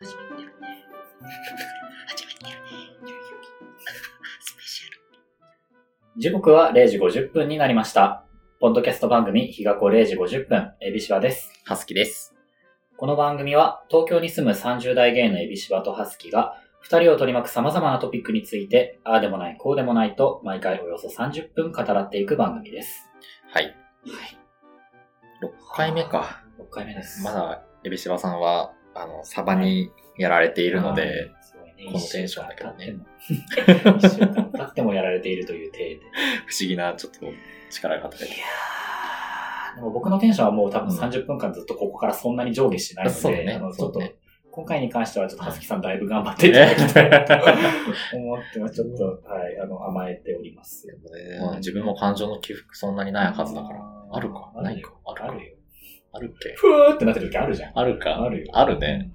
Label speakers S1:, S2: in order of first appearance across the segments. S1: 初めてやるね。初めてやるね。ゆうゆうスペシャル。
S2: 時刻は0時50分になりました。ポッドキャスト番組、日がこ0時50分、エビシバです。
S3: ハスキです。
S2: この番組は、東京に住む30代芸のエビシバとハスキが、二人を取り巻く様々なトピックについて、ああでもない、こうでもないと、毎回およそ30分語らっていく番組です。
S3: はい。はい。6回目か。
S2: 6回目です。
S3: まだ、エビシバさんは、あの、サバにやられてい
S2: い
S3: るので、、
S2: すごいね
S3: このテンションだけどね。
S2: 1週間経っても一週間経ってもやられているという体で。
S3: 不思議な、ちょっと、力が 働いてる。
S2: でも僕のテンションはもう多分30分間ずっとここからそんなに上下しないので、
S3: そうだね
S2: あのち
S3: そ
S2: ょっ
S3: うだ
S2: と、
S3: ね
S2: 今回に関してはちょっと葉月さんだいぶ頑張っていただきたいなと思ってます。ちょっと、はい、あの、甘えております。
S3: うん自分も感情の起伏そんなにないはずだから。あるかないか
S2: あ
S3: あるか
S2: るよあるよ。
S3: あるっけ
S2: ふーってなってる時あるじゃん。
S3: あるか
S2: あるよ
S3: あるね。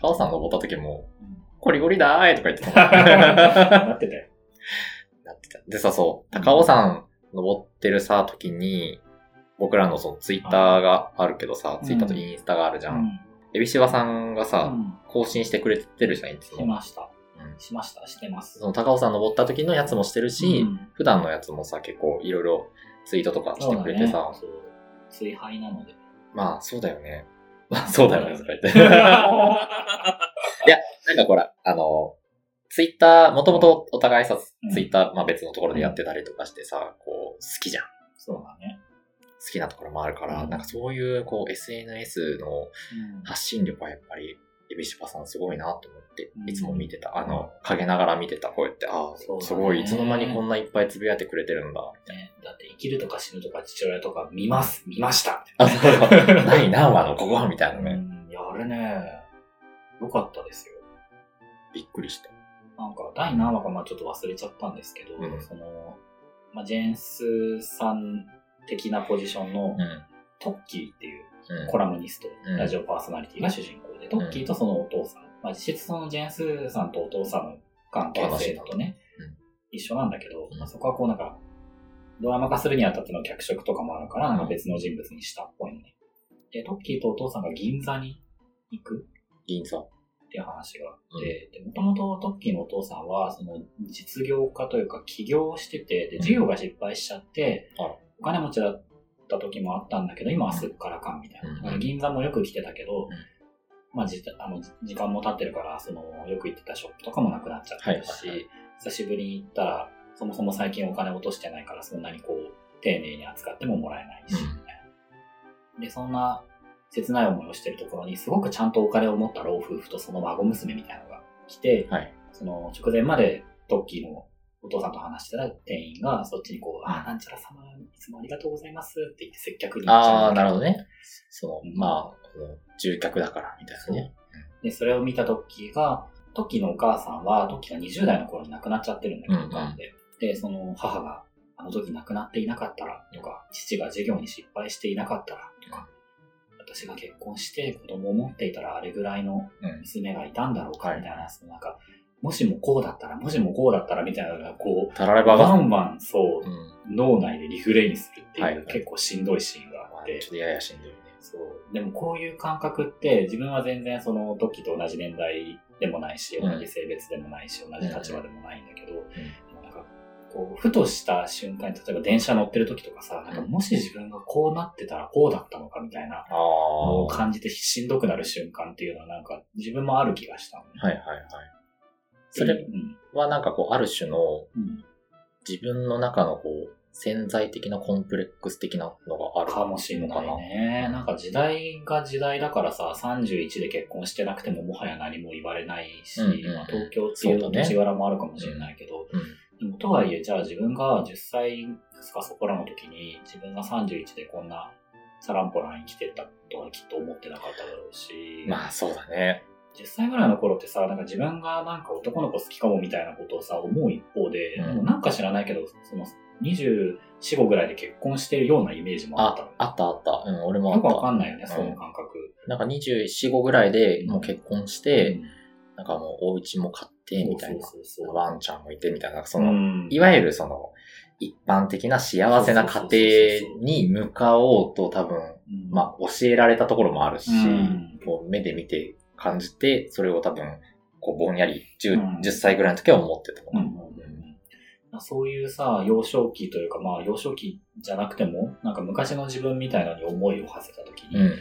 S3: 高尾山登った時も
S2: うん、
S3: ゴリゴリだーいとか言って たもん。
S2: なってたよ。
S3: なってた。でさ、そう、高尾山登ってるさ、時に、僕らのそのツイッターがあるけどさ、
S2: うん
S3: ツイッターとインスタがあるじゃん。エビシワさんがさ、
S2: うん
S3: 更新してくれてるじゃん、いつ
S2: し
S3: も。
S2: ました。
S3: うん
S2: しました。してます
S3: そ。の高尾山登った時のやつもしてるし、
S2: うん
S3: 普段のやつもさ、結構いろいろツイートとかしてくれてさ、
S2: そうだねそう追敗なの で。
S3: まあそうだよね。 まあそうだよね、とか言って。 なんかほら、あの、ツイッター、もともとお互いさ
S2: うん、
S3: ツイッター、まあ別のところでやってたりとかしてさ、こう、好きじゃん。好
S2: そうだね。
S3: きなところもあるから、
S2: うん
S3: なんかそういう、こう、SNS の発信力はやっぱり、エビシバさんすごいなと思って
S2: う、ん
S3: いつも見てた。あの、陰ながら見てた声って、ああ、
S2: そうだね
S3: すごい、いつの間にこんないっぱいつぶやいてくれてるんだ。
S2: ね、だって生きるとか死ぬとか父親とか見ます、見 ました。
S3: あ、そうそう。第何話のここはみたいな
S2: う
S3: ね。
S2: ん、いや、あれね、良かったですよ。
S3: びっくりした。
S2: なんか、第何話か、まあちょっと忘れちゃったんですけど、
S3: うん
S2: その、まあ、ジェーンスさん的なポジションの、
S3: うん。
S2: トッキーっていう
S3: うん。
S2: コラムニスト、
S3: うん
S2: ラジオパーソナリティが主人公で、トッキーとそのお父さん、まあ、実質そのジェーンスーさんとお父さんの関係性だとね、
S3: うん
S2: 一緒なんだけど、
S3: うん
S2: まあ、そこはこうなんか、ドラマ化するにあたっての脚色とかもあるから、
S3: うん
S2: なんか別の人物にしたっぽいのね。で、トッキーとお父さんが銀座に行く
S3: 銀座。
S2: っていう話があって、で、もともとトッキーのお父さんは、その実業家というか起業をしてて、で、
S3: うん
S2: 事業が失敗しちゃって、
S3: あら
S2: お金持ちだった時もあったんだけど、今はすっからかんみたいな。
S3: うん
S2: だから銀座もよく来てたけど、
S3: うん
S2: まあ、じあの時間も経ってるから、その、よく行ってたショップとかもなくなっちゃってるし、
S3: はいはい
S2: 久しぶりに行ったら、そもそも最近お金落としてないから、そんなにこう、丁寧に扱ってももらえないし、
S3: うん
S2: みたいなで、そんな切ない思いをしてるところに、すごくちゃんとお金を持った老夫婦とその孫娘みたいなのが来て、
S3: はい
S2: その直前までトッキーのお父さんと話してた店員が、そっちにこう、あー、なんちゃら様、いつもありがとうございますって言って接客に行っちゃう
S3: ああ、なるほどね。そ
S2: うん
S3: の、まあ、この住客だから、みたいなね。
S2: で、それを見たトッキーが、トッキーのお母さんは、トッキーが20代の頃に亡くなっちゃってるんだけど、
S3: うんうん
S2: 癌で。で、その母が、あの時亡くなっていなかったら、とか、父が事業に失敗していなかったら、とか、私が結婚して子供を持っていたらあれぐらいの
S3: うん
S2: 娘がいたんだろうか、
S3: はい
S2: みたいな、そのなんか、もしもこうだったら、もしもこうだったら、みたいなのが、こう、
S3: タラレバ
S2: バ
S3: が、
S2: ンバン、そうう、
S3: ん。
S2: 脳内でリフレインするって
S3: はい
S2: い
S3: は
S2: う、
S3: い
S2: 結構しんどいシーンが
S3: ま
S2: あっ
S3: あ
S2: て
S3: ちょっ、とややしんどいね。
S2: そう。でもこういう感覚って、自分は全然その時と同じ年代でもないし、
S3: うん
S2: 同じ性別でもないし、同じ立場でもないんだけど、で
S3: う
S2: もなんか、こう、ふとした瞬間に、例えば電車乗ってる時とかさ、なんかもし自分がこうなってたらこうだったのかみたいな
S3: あ
S2: のを
S3: あ。
S2: 感じてしんどくなる瞬間っていうのはなんか自分もある気がしたのね。
S3: はいはいはい。それ
S2: うん。
S3: はなんかこう、ある種の
S2: うん。
S3: 自分の中のこう、潜在的なコンプレックス的なのがある
S2: かもしれ
S3: のか
S2: ないね。なんか時代が時代だからさ、31で結婚してなくてももはや何も言われないし、
S3: うんうんうん
S2: まあ、東京っていう
S3: そ
S2: 土
S3: うだね
S2: 地柄もあるかもしれないけど、
S3: うん。
S2: でもとはいえ、じゃあ自分が10歳ですかそこらの時に、自分が31でこんなチャランポラン生きてたとはきっと思ってなかっただろうし、
S3: まあそうだね。
S2: 10歳ぐらいの頃ってさ、なんか自分がなんか男の子好きかもみたいなことをさ、思う一方で、
S3: うん
S2: でもなんか知らないけど、その24、5ぐらいで結婚してるようなイメージもあったの
S3: あ、あったあった。うん、俺もあ
S2: よ
S3: っ
S2: くわか
S3: た。
S2: んないよね、
S3: ん
S2: その感覚。
S3: なんか24、5ぐらいでもう結婚して、
S2: うん
S3: なんかもうお家も買って、みたいな
S2: そ。うそうそう
S3: ワンちゃんもいて、みたいな。そ
S2: そう。
S3: の、
S2: ん
S3: いわゆるその、一般的な幸せな家庭に向かおうと多分、
S2: うん
S3: まあ教えられたところもあるし、
S2: うん
S3: こう目で見て感じて、それを多分、こうぼんやり
S2: うん
S3: 10、10歳ぐらいの時は思ってたと
S2: うん
S3: 思う。
S2: うんうんそういうさ、幼少期というか、まあ幼少期じゃなくても、なんか昔の自分みたいなのに思いを馳せた時
S3: うんう
S2: に、
S3: ん。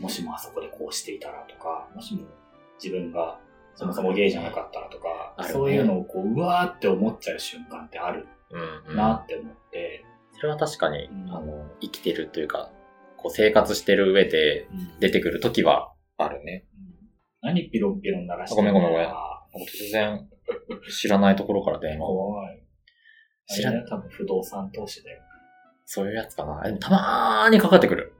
S2: もしもあそこでこうしていたらとか、もしも自分がそもそもゲイじゃなかったらとか、
S3: あるね
S2: そういうのをこう、うわーって思っちゃう瞬間ってある
S3: うん、うん。
S2: なって思って、
S3: それは確かに、
S2: うん
S3: あの、生きてるというか、こう生活してる上で
S2: うん
S3: 出てくる時はあるね。
S2: 何ピロンピロン鳴らしてんだ
S3: ごめんごめんごめん
S2: あ
S3: なんか突然、知らないところから電
S2: ー
S3: 話を。
S2: 怖い。
S3: 知ら
S2: あれね多分不動産投資だよ。
S3: そういうやつかな。でもたまーにかかってくる。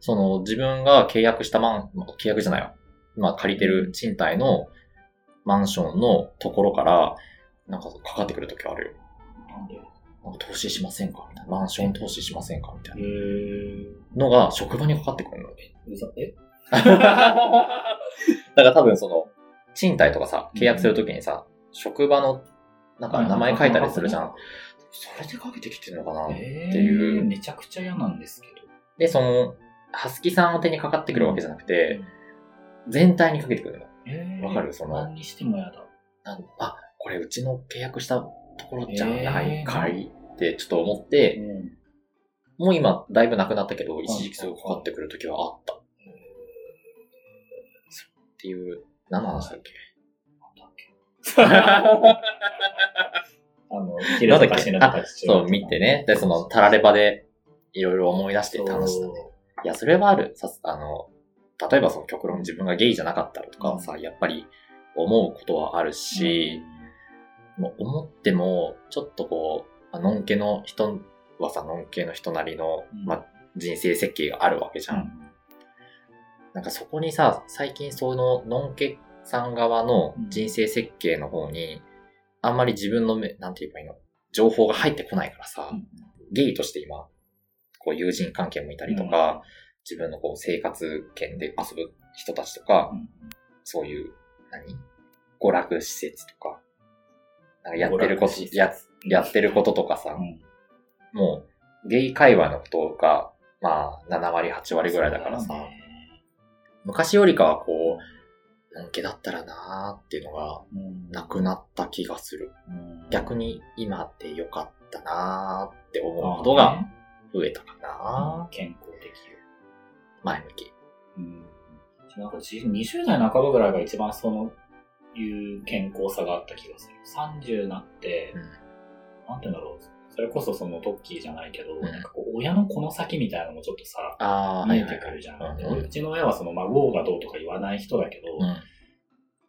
S3: その、自分が契約したマン、契約じゃないわ。今借りてる賃貸のマンションのところから、なんかかかってくる時あるよ。
S2: なんで
S3: なんか投資しませんかみたいな。マンション投資しませんかみたい
S2: へ
S3: な
S2: ー
S3: のが職場にかかってくるの。
S2: うざえ
S3: だから多分その、賃貸とかさ、契約するときにさ、職場の、なんか名前書いたりするじゃん。それでかけてきてるのかな
S2: って
S3: ていう
S2: めちゃくちゃ嫌なんですけど。
S3: で、その、ハスキさん宛てにかかってくるわけじゃなくて、全体にかけてくるの。
S2: えー
S3: わかるその
S2: 何にしても嫌だ。
S3: なんあ、これうちの契約したところじゃ
S2: えー
S3: ないかいってちょっと思って、もう今だいぶなくなったけど、一時期すごいかかってくるときはあった。っていう、何の話だっけ
S2: あの、生きるとか死ぬとか父
S3: そ
S2: 親と
S3: う、
S2: か
S3: 見てね。で、その、タラレバで、いろいろ思い出して
S2: そう
S3: 楽しんで。いや、それはある。さす、あの、例えばその極論自分がゲイじゃなかったらとかはさ、やっぱり思うことはあるし、もう思っても、ちょっとこう、まあのんけの人はさ、のんけの人なりの、
S2: うん
S3: まあ、人生設計があるわけじゃん。なんかそこにさ、最近その、のんけさん側の人生設計の方に、あんまり自分のめ、なんて言えばいいの、情報が入ってこないからさ、
S2: うん
S3: ゲイとして今、こう友人関係もいたりとか、自分のこう生活圏で遊ぶ人たちとか、
S2: うん
S3: そういう、何娯楽施設とか、なんかやってること、
S2: 娯楽施設
S3: や、やってることとかさ、
S2: うん
S3: もう、ゲイ界隈のことが、まあ、7割、8割ぐらいだからさ、
S2: そうね
S3: 昔よりかはこう、のんけだったらなーっていうのが、
S2: うん
S3: なくなった気がする。
S2: うん
S3: 逆に今って良かったなーって思うことが増えたかな、
S2: 健康的よ。
S3: 前向き。
S2: うん。なんかじ20代半ばぐらいが一番その、いう健康さがあった気がする。30になって、
S3: うん
S2: なんて言うんだろう。それこそそのトッキーじゃないけど、
S3: ん
S2: なんかこう親のこの先みたいなのもちょっとさ、
S3: あー、は
S2: 見
S3: い
S2: え
S3: は
S2: て
S3: い
S2: く
S3: はい。
S2: るじゃん。
S3: うん
S2: でうちの親はその孫がどうとか言わない人だけど、
S3: うん。あ、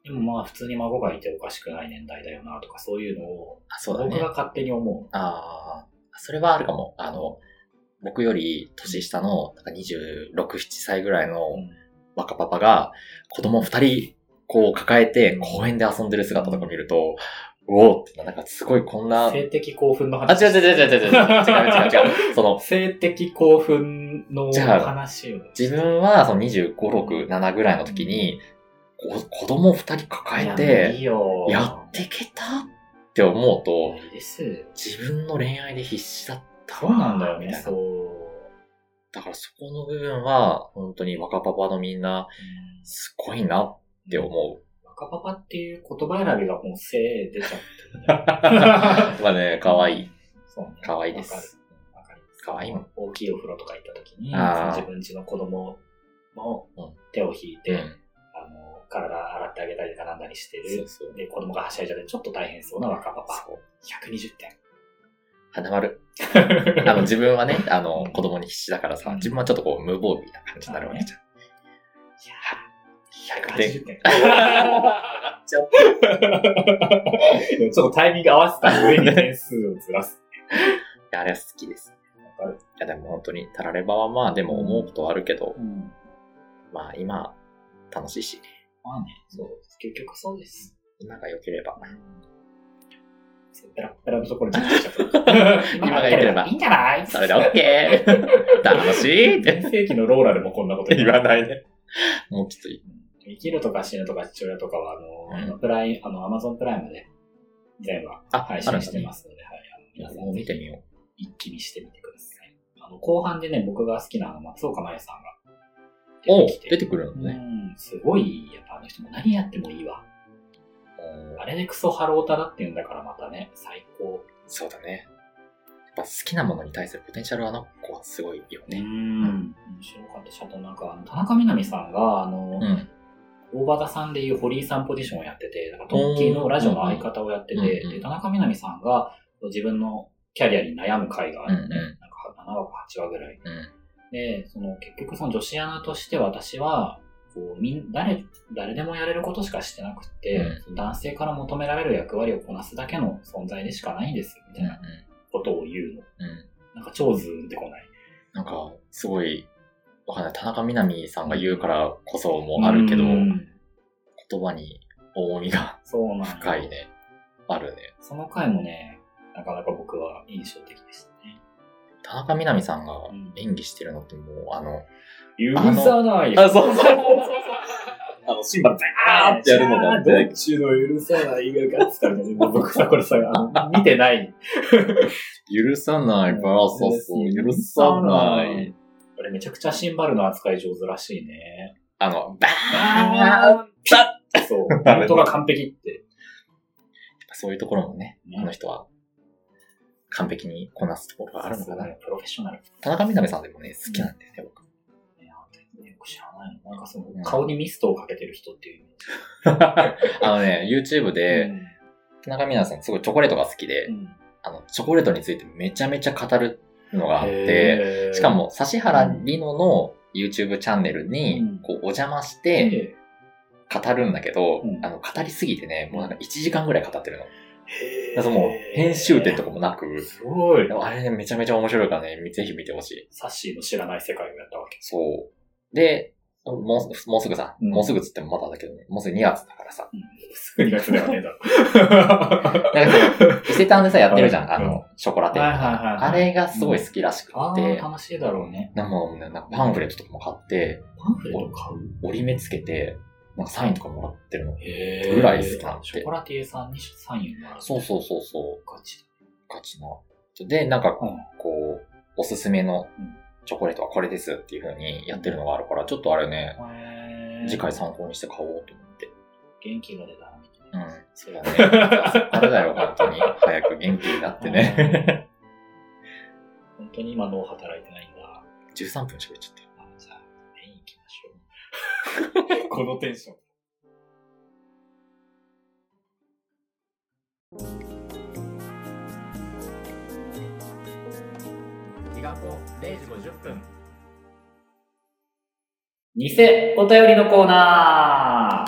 S2: でもまあ普通に孫がいておかしくない年代だよなとかそういうのを、
S3: そうだ
S2: 僕
S3: ね
S2: が。勝手に思。
S3: あー、それはあるかも。あの、僕より年下の、なんか26、7歳ぐらいう
S2: う
S3: の
S2: ん
S3: 若パパが、子供2人、こう抱えて公園で遊んでる姿とか見ると、うおーって、なんかすごいこんな、
S2: 性的興奮の
S3: あ、
S2: 話。
S3: 違う違う違う違う違う違う違う違う。その、
S2: 性的興奮の
S3: じゃあ
S2: 話を。
S3: 自分はその25、6、7ぐらいの時に、こ子供2人抱え
S2: いやいい
S3: て、
S2: よ。
S3: やってけたって思うと、
S2: いいです。
S3: 自分の恋愛で必死だった
S2: そう
S3: わ
S2: なんだよ
S3: み
S2: ね
S3: た、いな
S2: そう。
S3: だからそこの部分は、本当に若パパのみんな、すごいなって思 う。
S2: 若パパっていう言葉選びがもう性出ちゃってるね。
S3: まあね、可愛い。
S2: そうね。
S3: 可愛いです
S2: わかる。わかります
S3: 可愛いもん。
S2: 大きいお風呂とか行った時に、
S3: あー
S2: 自分家の子供の
S3: うん
S2: 手を引いて、
S3: うん。
S2: あの、体洗ってあげたりとかなんだりして
S3: そう
S2: る。
S3: そう。
S2: で、子供がはしゃいじゃってちょっと大変そうな若パパ。
S3: そう
S2: 120点。
S3: 花丸。あの、自分はね、あの、子供に必死だからさ、自分はちょっとこう、無防備な感じになるわけじゃん。100
S2: 180
S3: 点。
S2: 点。
S3: ちょっ
S2: ちょっとタイミング合わせた上に点数をずらす。
S3: いやあれは好きです。
S2: わかる
S3: いや、でも本当に、タラレバはまあ、でも思うことはあるけど、まあ今、楽しいし、
S2: まあね、そう、結局そうです。
S3: 今が良け れば。
S2: ペラッペラのところに行っちゃった。
S3: 今が良ければ
S2: いいんじゃない
S3: それで OK! 楽しい って
S2: 全盛期のローラでもこんなこと
S3: 言わないね。もうちょっといい。
S2: 生きるとか死ぬとか父親とかは、あの、
S3: うん
S2: 今プライ、あの、アマゾンプライムで全話
S3: あ、
S2: 配
S3: ある
S2: 信
S3: ん
S2: し
S3: だ
S2: て
S3: ね
S2: ますので、はい。あの皆さ
S3: も
S2: ん
S3: う
S2: ぜ
S3: 見て
S2: ひ
S3: みよ
S2: 一気にしてみてください。あの、後半でね、僕が好きなあの松岡真優さんが
S3: お
S2: 出てきて。
S3: 出てくるのね。
S2: うん、すごい、やっぱあの人も何やってもいいわ。あれでクソハロータだって言うんだからまたね、最高。
S3: そうだね。やっぱ好きなものに対するポテンシャルはあの子はすごいよ
S2: う
S3: ね。
S2: ん。面白かったし、あとなんか、あの田中みな実さんが、あの、
S3: うん。
S2: 大場田さんでいう堀井さんポジションをやってて、なんかトッキーのラジオの相方をやって
S3: うんうん
S2: て
S3: う、ん
S2: で、田中みな実さんが自分のキャリアに悩む回があ
S3: うん
S2: る
S3: う
S2: のね。
S3: ん
S2: なんか7話か8話ぐらい。
S3: うん。
S2: で、その結局その女子アナとして私は、こうみん誰誰でもやれることしかしてなくって、
S3: うん
S2: その男性から求められる役割をこなすだけの存在でしかないんですよ、みたいなことを言うの。
S3: うん。うん。
S2: なんか超ズーンってこない。
S3: なんか、すごい、わかんない。田中みな実さんが言うからこそもあるけど、
S2: うん
S3: 言葉に重みが
S2: そうなんよ
S3: 深いね。あるね。
S2: その回もね、なかなか僕は印象的でしたね。
S3: 田中みな実さんが
S2: うん
S3: 演技してるのってもう、あの、
S2: 許
S3: あの
S2: さない
S3: あ、そうそうそうそう。あの、シンバルバーってやるのがあって、
S2: ちの許さないがガッツかね。僕さ、これさ、あの見てない。
S3: 許さない、バーサス、許さない。。
S2: これめちゃくちゃシンバルの扱い上手らしいね。
S3: あの、バーン
S2: ああそう。
S3: あれ
S2: 本当が完璧って。
S3: そういうところもね、あの人は完璧にこなすところがあるのかな。
S2: プロフェッショナル。
S3: 田中みな実さんでもね、好きなんだよね、僕。
S2: ねよく知らないの。なんかその
S3: うん、
S2: 顔にミストをかけてる人っていうイメージ。
S3: あのね、YouTube で、田中みな実さんすごいチョコレートが好きで、
S2: うんうん
S3: あの、チョコレートについてめちゃめちゃ語るのがあって、
S2: へー
S3: しか、も、指原莉乃の YouTube チャンネル
S2: う
S3: に
S2: ん、
S3: こう、お邪魔し
S2: え
S3: て、
S2: ー
S3: 語るんだけど、
S2: うん
S3: あの、語りすぎてね、もうなんか1時間ぐらい語ってるの。
S2: へー
S3: だからもう、編集点とかもなく、
S2: すごい
S3: で。もあれね、めちゃめちゃ面白いからね、ぜひ見てほしい。
S2: サッシーの知らない世界をやったわけ。
S3: そう。で、もうもうすぐさ、
S2: うん
S3: もうすぐっつってもまだだけどね、もうすぐ2月だからさ。
S2: すぐ2月ではねえ だろ。
S3: なんかその伊勢丹でさ、やってるじゃん、
S2: はい
S3: あの、ショコラテンと
S2: はいはいはい
S3: か。あれがすごい好きらしく
S2: ああ、
S3: て、
S2: 楽しいだろうね。
S3: なんかもうねなんかパンフレットとかも買って、
S2: パンフレット買う
S3: 折り目つけて、なんかサインとかもらってるの。
S2: へ
S3: ぐらい好きなんで
S2: ショコラティエさんにサインもらう。
S3: そうそうそうそう、
S2: ガチ
S3: ガチな。で、なんか
S2: だ。うん。
S3: こう、おすすめの
S2: うん
S3: チョコレートはこれですっていう風にやってるのがあるから、ちょっとあれね、
S2: へー
S3: 次回参考にして買おうと思って。
S2: 元気が出たな。
S3: うん、そうだね。あれだよ、本当に。早く元気になってね。
S2: うん。 本当に今脳働いてないんだ。
S3: 13分喋っちゃったよ。
S2: あじゃあ、メイン行きましょう。 このテンション。
S3: 時間も0時50分。
S2: 偽お便りのコーナ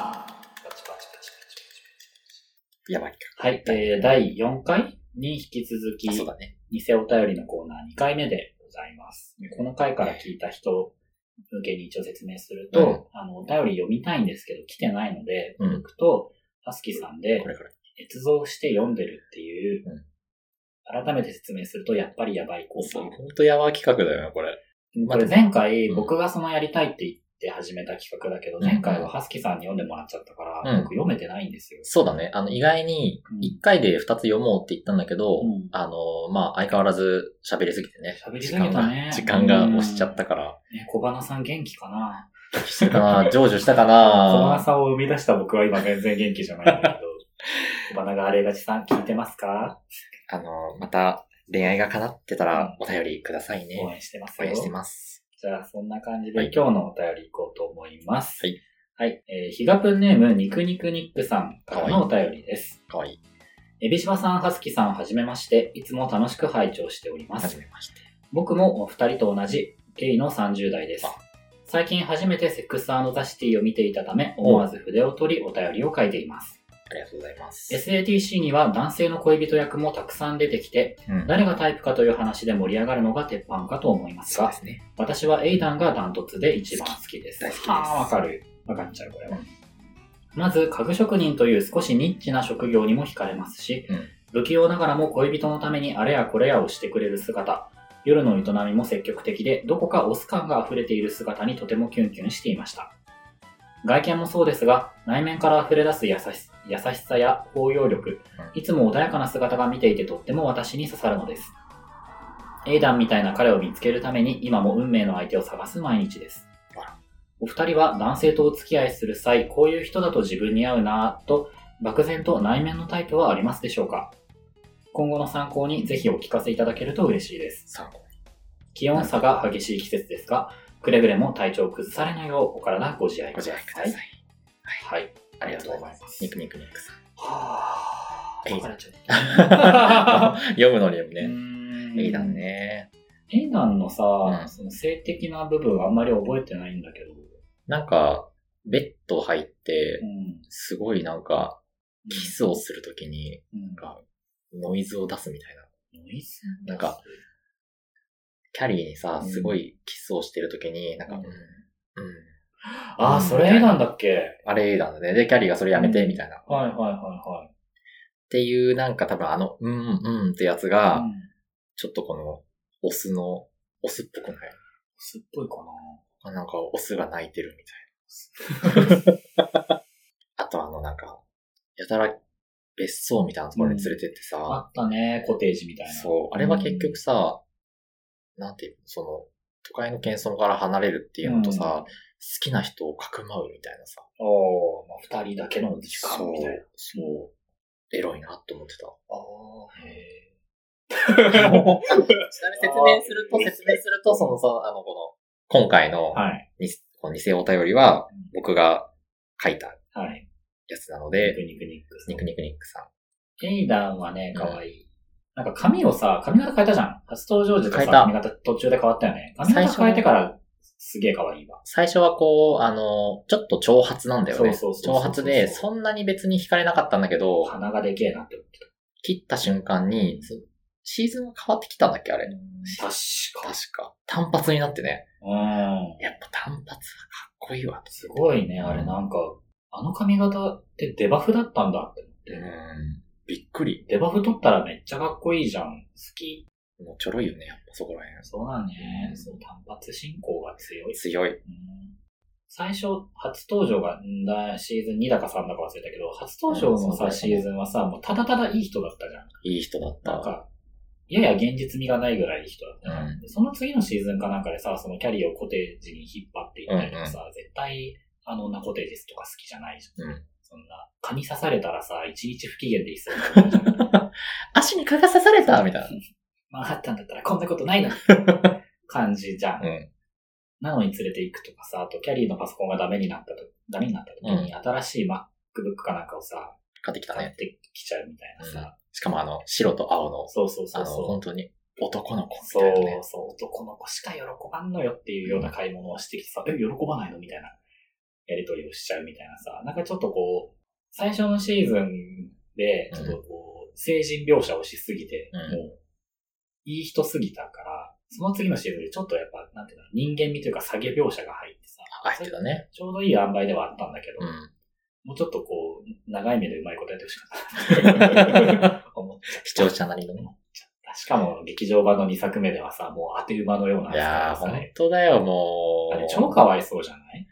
S2: ー
S3: やばいか。
S2: はい、えー、第4回に引き続き
S3: あ、そうだね。
S2: 偽お便りのコーナー2回目でございます。この回から聞いた人向けに一応説明すると、あの、お便り読みたいんですけど来てないので、
S3: うん
S2: 僕とハスキーさんで
S3: これから。
S2: 捏造して読んでるっていう、
S3: うん
S2: 改めて説明するとやっぱりやばいコーナー
S3: 本。当やばい企画だよね、これ。
S2: これ前回
S3: うん
S2: 僕がそのやりたいって言って始めた企画だけど、
S3: うん
S2: 前回はハスキーさんに読んでもらっちゃったから、
S3: うん
S2: 僕読めてないんですよ。
S3: そうだね。あの、意外に
S2: う、ん
S3: 1回で2つ読もうって言ったんだけど、
S2: うん
S3: あの、まあ、相変わらず喋りすぎてね。
S2: 喋りすぎたね
S3: 時間が時間が押しちゃったから。
S2: ね、小花さん元気かな
S3: してたかな成就したか
S2: 小花
S3: な
S2: さんを生み出した僕は今全然元気じゃない んだけど、小花があれがちさん聞いてますか
S3: あの、また、恋愛が叶ってたらお便りください
S2: 応
S3: ね。
S2: 援してます
S3: 応
S2: よ。
S3: 援してます。
S2: じゃあそんな感じで、
S3: はい
S2: 今日のお便り行こうと思います。
S3: はい。
S2: はい。えー、ひがぷんネーム、肉肉ニックさんからのお便りです。
S3: かわいい。
S2: えびしばさん、はすきさん、はじめまして。いつも楽しく拝聴しておりま
S3: は
S2: す
S3: じ。めまして。
S2: 僕もお二人と同じゲイの30代です
S3: あ。
S2: 最近初めてセックスザシティを見ていたため、思わず筆を取りお便りを書いています。
S3: ありがとうございます。
S2: SATC には男性の恋人役もたくさん出てきて、
S3: うん
S2: 誰がタイプかという話で盛り上がるのが鉄板かと思います
S3: そう
S2: が
S3: で、すね。
S2: 私はエイダンがダントツで一番好きです。
S3: 大好きです
S2: ああ、わかる。わかっちゃう、これは。まず、家具職人という少しニッチな職業にも惹かれますし、
S3: うん
S2: 不器用ながらも恋人のためにあれやこれやをしてくれる姿、夜の営みも積極的で、どこかオス感が溢れている姿にとてもキュンキュンしていました。外見もそうですが、内面から溢れ出す優し優しさや包容力、いつも穏やかな姿が見ていてとっても私に刺さるのです。エイダンみたいな彼を見つけるために今も運命の相手を探す毎日です
S3: あら。
S2: お二人は男性とお付き合いする際、こういう人だと自分に合うなぁと、漠然と内面のタイプはありますでしょうか今後の参考にぜひお聞かせいただけると嬉しいです。
S3: 参考
S2: 気温差が激しい季節ですが、くれぐれも体調を崩されないようお体ご自愛
S3: に
S2: く
S3: ご
S2: ださ
S3: 自
S2: い。
S3: 愛ください。
S2: はい。
S3: ありがとうございます。ニクニクニクさん。
S2: は
S3: えい
S2: ぁ。れち ゃう。
S3: 読むのにも
S2: う
S3: ね、
S2: ーん
S3: いいだ。ね。
S2: エイダンのさ、
S3: うん
S2: その性的な部分はあんまり覚えてないんだけど。
S3: なんか、ベッド入って
S2: う、ん。
S3: すごいなんか、キスをするときに、
S2: うん。
S3: なんか、ノイズを出すみたいな。
S2: ノイズ
S3: なんか、キャリーにさ
S2: う、ん
S3: すごいキスをしてるときに、なんか、
S2: う
S3: うんん。うん
S2: ああ、それエイダンだっけ
S3: あれなんだね。で、キャリーがそれやめて、みたいな。っ
S2: はいはいはい
S3: ていう、なんか多分あの、うんうんってやつ
S2: はい。う
S3: が、
S2: ん。
S3: ちょっとこの、オスの、オスっぽくない
S2: すっぽいかな
S3: あなんか、オスが泣いてるみたい な。あとあの、なんか、やたら別荘みたいなところに連れてってさ、
S2: あったね、コテージみたいな。
S3: そう、あれは結局さ、なんていうの、その、都会の喧騒から離れるっていうのとさ、好きな人をかくまうみたいなさ、
S2: うん。おーまあ、二人だけの時間みたいな。
S3: そう、エロいなって思ってた。
S2: ああ、へ
S3: ちなみ に説明すると、説明すると、そのさ、あの、この、今回の
S2: え。、はい。
S3: にこの偽お便りは、僕が書いた
S2: はい。
S3: やつなの
S2: ニ
S3: で、
S2: クニクニックス
S3: ニクニクニックさん。
S2: エイダンはね、可愛いなんか髪をさ、髪型変えたじゃん。初登場時とさ、
S3: 変えた
S2: 髪型途中で変わったよね。髪
S3: 最
S2: 型
S3: 初
S2: 変えてから、すげえ可愛いわ。
S3: 最初はこう、あの、ちょっと長髪なんだよね。
S2: そうそうそうそう
S3: 長髪で、そんなに別に惹かれなかったんだけど、
S2: 鼻がでけえなって思ってた。
S3: 切った瞬間に、そシーズンが変わってきたんだっけあれ。
S2: 確
S3: 確か。単発になってね。
S2: か。うん。
S3: やっぱ単発はかっこいいわ。
S2: すごいね、あれなんか、あの髪型ってデバフだったんだって思って。
S3: うん。びっくり。
S2: デバフ取ったらめっちゃかっこいいじゃん。好き。
S3: もうちょろいよね、やっぱそこら辺。
S2: そうだね。そう、単発進行が強い。
S3: 強い。
S2: うん最初、初登場が、んだ、シーズン2だか3だか忘れたけど、初登場の
S3: う
S2: さ、
S3: んそうだ
S2: シ
S3: ね
S2: ーズンはさ、もうただただいい人だったじゃん。
S3: いい人だった。
S2: なんか、やや現実味がないぐらいいい人だったじゃん。
S3: うん
S2: でその次のシーズンかなんかでさ、そのキャリーをコテージに引っ張っていったりとかさ、絶対、あの女コテージとか好きじゃないじゃん。
S3: うん
S2: そんな、蚊に刺されたらさ、一日不機嫌でいそうなじゃ ん
S3: 足に蚊が刺されたみたい
S2: マンハッタンだったらこんなことない のに感じじゃん。
S3: な。うん。
S2: なのに連れて行くとかさ、あとキャリーのパソコンがダメになったと、ダメになった時に、新しい MacBook かなんかをさ、
S3: 買ってきた
S2: 買
S3: ね
S2: っ。てきちゃうみたいなさ。
S3: しかもあの、白と青の、
S2: そうそうそ
S3: あ
S2: う
S3: の、
S2: そう
S3: 本。当に男の子み
S2: そ
S3: たいな
S2: う
S3: ね。
S2: そう、男の子しか喜ばんのよっていうような買い物をしてきてさ、え、喜ばないのみたいな、やりとりをしちゃうみたいなさ、なんかちょっとこう、最初のシーズンで、ちょっとこう、成人描写をしすぎて、
S3: うん
S2: もう、いい人すぎたから、その次のシーズンでちょっとやっぱ、なんていうの、人間味というか下げ描写が入ってさ、
S3: あ、入ってたね。
S2: ちょうどいい塩梅ではあったんだけど、
S3: うん。
S2: もうちょっとこう、長い目でうまいことやってほしかったな。 思っちゃった
S3: 視聴者なりのね。
S2: しかも、劇場版の2作目ではさ、もう当て馬のようない
S3: やー、
S2: 扱いをさ
S3: 本
S2: れ
S3: 当だよ、も
S2: あれ
S3: う。
S2: 超かわいそうじゃない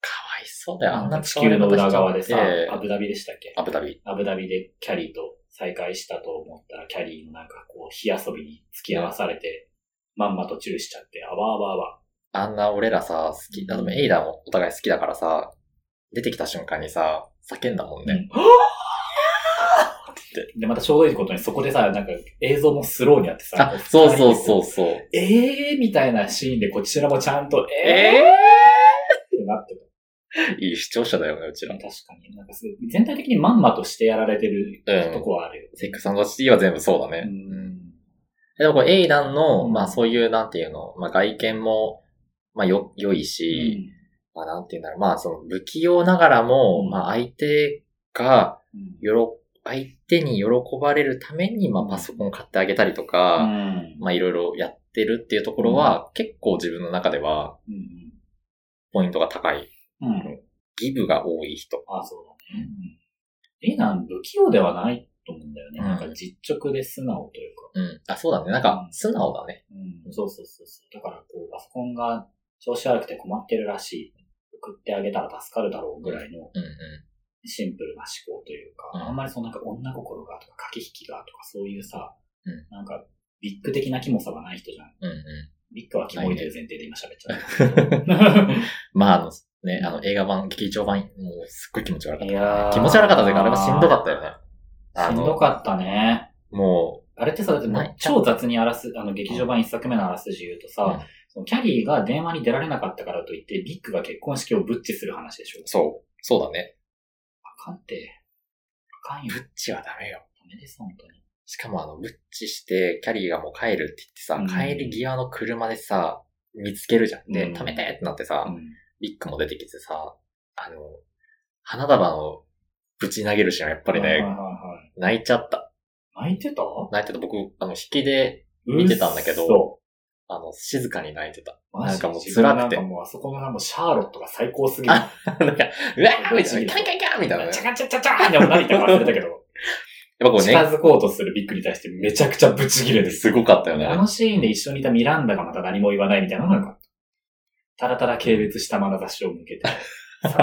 S3: かわいそうだよ。あんな
S2: 地球の裏側でさ、ア
S3: アブ
S2: ブダビでしたっけ
S3: アブダビ。
S2: アブダビでキャリーと再会したと思ったら、キャリーのなんかこう、火遊びに付き合わされて、まんまとチューしちゃって、あわあわあわ。
S3: あんな俺らさ、好き、だってエイダーもお互い好きだからさ、出てきた瞬間にさ、叫んだもんね。
S2: で、またちょうどいいことに、そこでさ、なんか映像もスローにあってさ、。
S3: あ、そうそうそううそう。
S2: えーみたいなシーンで、こちらもちゃんと、えーってなって
S3: ー、いい視聴者だよね、うち
S2: た。
S3: ら。
S2: 確かに。なんかすごい全体的にまんまとしてやられてるとこはあるよね。
S3: セックスシティは全部そうだ
S2: う
S3: ね。
S2: ん。
S3: でもこれエイダンの、
S2: うん
S3: まあそういう、なんていうの、まあ外見も、まあよ、良いし、
S2: い
S3: まあなんていうんだろう、まあその不器用ながらも、
S2: うん
S3: まあ相手が、よろ、相手に喜ばれるために、まあパソコン買ってあげたりとか、
S2: うん
S3: まあいろいろやってるっていうところは、結構自分の中では
S2: うん
S3: ポイントが高い。
S2: うん。うん。
S3: ギブが多い人。
S2: あ、そうだね。うん、エイナン不器用ではないと思うんだよね。
S3: うん
S2: なんか実直で素直というか。
S3: うん。あ、そうだね。なんか
S2: う、ん
S3: 素直だね。
S2: うん、そうそうそうそう。だからこう、パソコンが調子悪くて困ってるらしい。送ってあげたら助かるだろうぐらいの
S3: うん
S2: シンプルな思考というか、
S3: うん
S2: あんまりそのなんか女心がとか駆け引きがとかそういうさ、
S3: うん
S2: なんかビッグ的なキモさはない人じゃん。
S3: うん。うんうん。
S2: ビッグはキモいという前提で今喋っちゃった。
S3: まあ、あの、ね、あの映画版、劇場版、もうすっごい気持ち悪かっ
S2: いや
S3: た。
S2: ー
S3: 気持ち悪かったというか、あれはしんどかったよね。あ
S2: しん
S3: の
S2: どかったね。
S3: も
S2: あれってさ、だっても
S3: は
S2: う
S3: い
S2: 超雑にあらす、あの、劇場版一作目のあらすじ言うとさ、
S3: うん
S2: そのキャリーが電話に出られなかったからといって、ビッグが結婚式をブッチする話でし
S3: う、。
S2: ょ
S3: そう、そうだね。
S2: あかんって。あかんよ。
S3: ブッチはダメよ。
S2: ダメです、本当に。
S3: しかもあの、ブッチして、キャリーがもう帰るって言ってさ、
S2: うん
S3: 帰り際の車でさ、見つけるじゃん。で、
S2: うん
S3: 食べてってなってさ、
S2: うん
S3: ビッグも出てきてさ、あの、花束をぶち投げるシーンはやっぱり
S2: はいはい
S3: ね、
S2: は
S3: 泣いちゃった。
S2: い。泣いてた
S3: 泣いてた僕、あの、引きで、見てたんだけど
S2: そ
S3: あの、静かに泣いてた。
S2: う。マジ
S3: なんかもう
S2: 自分
S3: 辛くて
S2: なんかもうあそこのなんかシャーロットが最高すぎる。
S3: あなんか、うわーみたいな、キャンキャンキャンみたいなね。
S2: チャ
S3: やっ
S2: カチャチャチャーンでも何言ったか忘れたけど。
S3: ぱこう
S2: 近
S3: ね、
S2: づこうとするビッグに対してめちゃくちゃブチギレです。
S3: すごかったよね。
S2: あのシーンで一緒にいたミランダがまた何も言わないみたいなのがよかった。たらたら軽蔑した眼差しを 向けて。
S3: 僕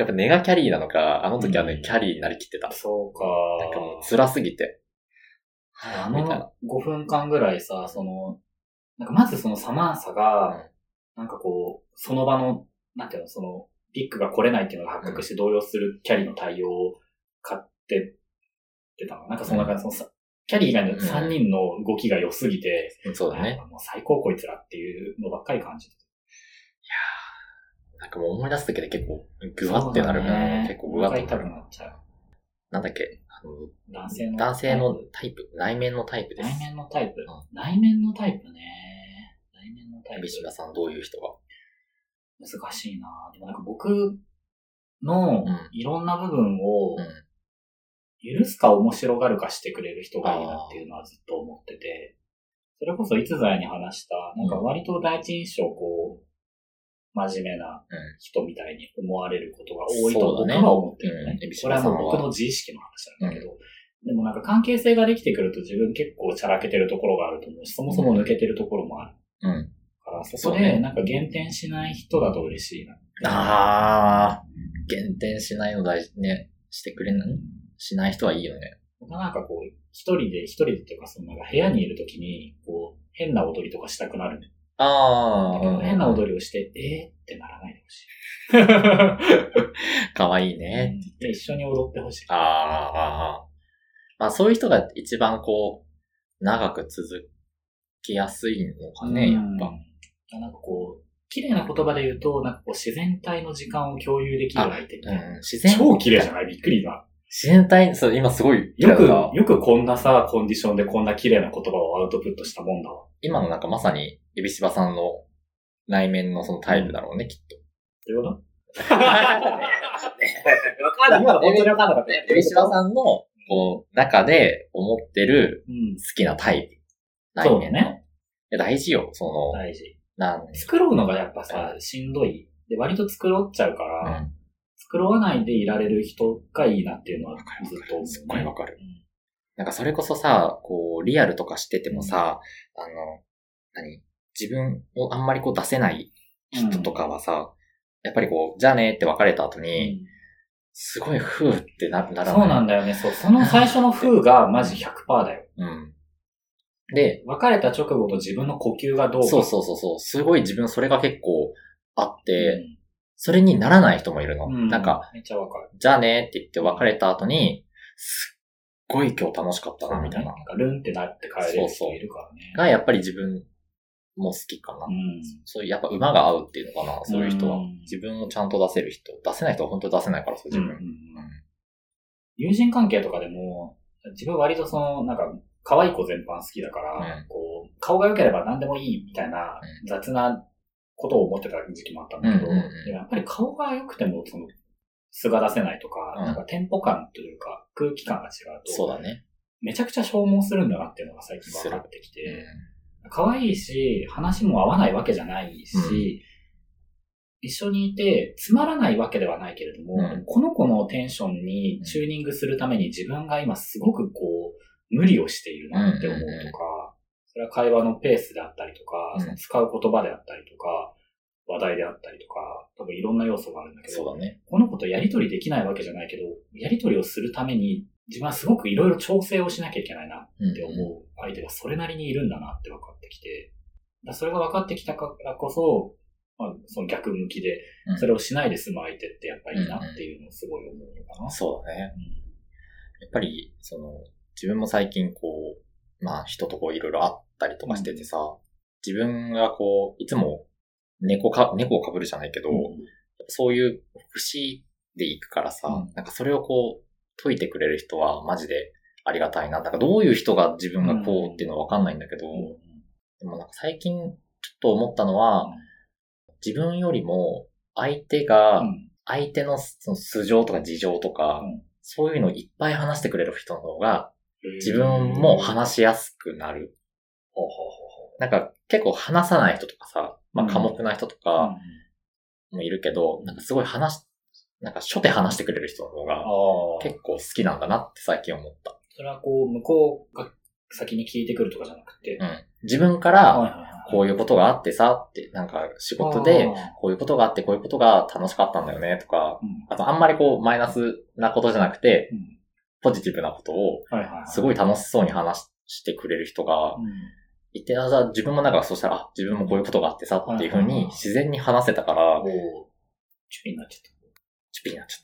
S3: やっぱネガキャリーなのか、あの時はね、
S2: うん
S3: キャリーになりきってた。
S2: そうか
S3: なんかもう辛すぎて。
S2: あ
S3: みたいな
S2: の5分間ぐらいさ、その、なんかまずそのサマンサが、なんかこう、その場の、なんていうの、その、ビッグが来れないっていうのが発覚して動揺するキャリーの対応を買ってってたの。なんかそんな感じ、そのさ、キャリー以外の3人の動きが良すぎて、
S3: うんそうだね。
S2: あもう最高こいつらっていうのばっかり感じて
S3: なんかもう思い出すだけで結構、ぐわってなる
S2: そう
S3: か
S2: だ
S3: ら、
S2: ね
S3: 結構
S2: お
S3: ぐわっ
S2: 腹
S3: と
S2: 痛
S3: な
S2: く
S3: る。
S2: なっちゃう。
S3: なんだっけあの
S2: 男性の。
S3: 男性のタイプ、内面のタイプです
S2: 内。面のタイプ。
S3: う
S2: 内面のタイプね。内面のタイプ
S3: 三。島さんどういう人が
S2: 難しいなぁでもなんか僕の
S3: うん
S2: いろんな部分を
S3: うん
S2: 許すか面白がるかしてくれる人がいいなっていうのはずっと思ってて、それこそいつぞやに話した、なんか割と第一印象こう、真面目な
S3: うん
S2: 人みたいに思われることが多いと
S3: そう
S2: 僕
S3: だね
S2: は思ってるね。
S3: うん
S2: これはもう僕の自意識の話なんだけど、でもなんか関係性ができてくると自分結構ちゃらけてるところがあると思うし、そもそも抜けてるところもある
S3: うん。
S2: から、そ
S3: そ
S2: こ
S3: うね
S2: でなんか減点しない人だと嬉しいな。
S3: あー、減点しないの大事ね。してくれないしない人はいいよね。
S2: 僕はなんかこう、一人で、一人でっていうか、そのなんか部屋にいるときに、こう、変な踊りとかしたくなるんだ
S3: あ
S2: けど、
S3: ー、
S2: 変な踊りをして、えーってならないでほしい。
S3: かわいいね。
S2: で一緒に踊ってほしい。
S3: あー、あー。まあそういう人が一番こう、長く続きやすいのかね、やっぱ。
S2: ぱ。なんかこう、綺麗な言葉で言うと、なんかこう、自然体の時間を共有できる相手みたいな。
S3: うん、自然。
S2: 超綺麗じゃないびっくり今。
S3: 自然体、そう、今すごい、
S2: よく、よくこんなさ、コンディションでこんな綺麗な言葉をアウトプットしたもんだわ。
S3: 今のなんかまさに、エビシバさんの内面のそのタイプだろうね、きっと。
S2: という こと
S3: わか
S2: 今の本当にわかんなかった。
S3: エビシバさんの、こう、中で思ってる
S2: うん
S3: 好。きなタイプ。内
S2: そう
S3: 面の。
S2: ね。
S3: いや大事よ、その、
S2: 大事。
S3: なんで
S2: 作ろうのがやっぱさ、しんどい。で、割と作ろっちゃうから、
S3: うん
S2: 作ろわないでいられる人がいいなっていうのはずっと思う、ね。
S3: すっごいわかる。
S2: うん
S3: なんかそれこそさ、こう、リアルとかしててもさ、あの、何自分をあんまりこう出せない人とかはさ、やっぱりこう、じゃあねって別れた後に、すごい、ふーってな、なら
S2: そうなん
S3: だ。
S2: だよね。そう。その最初の風がマジ100%だよ。
S3: うん。で、
S2: 別れた直後と自分の呼吸がどうか。
S3: そうそうそうそう、すごい自分それが結構あっ
S2: う
S3: て、それにならない人もいるの。
S2: ん。う
S3: なんか、、
S2: めっちゃわかる。
S3: じゃあねって言って別れた後に、すっごい今日楽しかったな、みたいな。
S2: んか、ルンってなって帰れる人いるからね。
S3: が、やっぱり自分も好きかな。
S2: うん。
S3: そういう、やっぱ馬が合うっていうのかな、そういう人は
S2: うん。
S3: 自分をちゃんと出せる人。出せない人は本当に出せないから、そう自
S2: うんう
S3: 分。
S2: んうん友人関係とかでも、自分割とその、なんか、可愛い子全般好きだから、
S3: うん
S2: こう、顔が良ければ何でもいいみたいな
S3: う
S2: 雑なことを思ってた時期もあったんだけ
S3: う
S2: ど、
S3: んうんうん
S2: でもやっぱり顔が良くても、その、素が出せないとか、
S3: うん
S2: なんかテンポ感というか空気感が違うと、
S3: そうだね。
S2: めちゃくちゃ消耗するんだなっていうのが最近分かってきて、可愛いし、話も合わないわけじゃないし、
S3: うん
S2: 一緒にいてつまらないわけではないけれども、
S3: うん
S2: この子のテンションにチューニングするために自分が今すごくこう、無理をしているなって思う
S3: う
S2: とか、
S3: んうんうん
S2: それは会話のペースであったりとか、
S3: うん
S2: その使う言葉であったりとか、話題であったりとか、多分いろんな要素があるんだけど、
S3: そうだね。
S2: この子とやりとりできないわけじゃないけど、やりとりをするために自分はすごくいろいろ調整をしなきゃいけないな
S3: うん
S2: って思う相手がそれなりにいるんだなって分かってきて、だからそれが分かってきたからこそ、まあ、その逆向きで
S3: う、ん
S2: それをしないで済む相手ってやっぱいいなっていうのをすごい思うのかな。
S3: そうだね。やっぱり、その、自分も最近こう、まあ人とこういろいろ会ったりとかしててさ、自分がこう、いつも猫か、猫をかぶるじゃないけど、そういう福祉で行くからさ、
S2: うん
S3: なんかそれをこう、解いてくれる人はマジでありがたいな。なんかどういう人が自分がこうっていうのはわかんないんだけど、でもなんか最近ちょっと思ったのは、自分よりも相手が、相手のその素性とか事情とか、
S2: うん
S3: そういうのをいっぱい話してくれる人の方が、自分も話しやすくなる。なんか結構話さない人とかさ、まあ
S2: うん
S3: 寡黙な人とかもいるけど、なんかすごい話し、なんか初手話してくれる人の方が
S2: 結構
S3: 結構好きなんだなって最近思った。
S2: それはこう、向こうが先に聞いてくるとかじゃなくて、
S3: うん。自分か
S2: はい
S3: ら
S2: はいはい
S3: こういうことがあってさって、なんか仕事で、こういうことがあってこういうことが楽しかったんだよねとか、
S2: うん
S3: あとあんまりこうマイナスなことじゃなくて、
S2: うん
S3: ポジティブなことを
S2: はいはいはい
S3: すごい楽しそうに話してくれる人が
S2: うん
S3: いて、あじゃあ自分もなんかそうしたら、あ、自分もこういうことがあってさっていうふう
S2: はいはい
S3: に
S2: はい
S3: 自然に話せたから、
S2: こうチュピになっち
S3: チュピになっち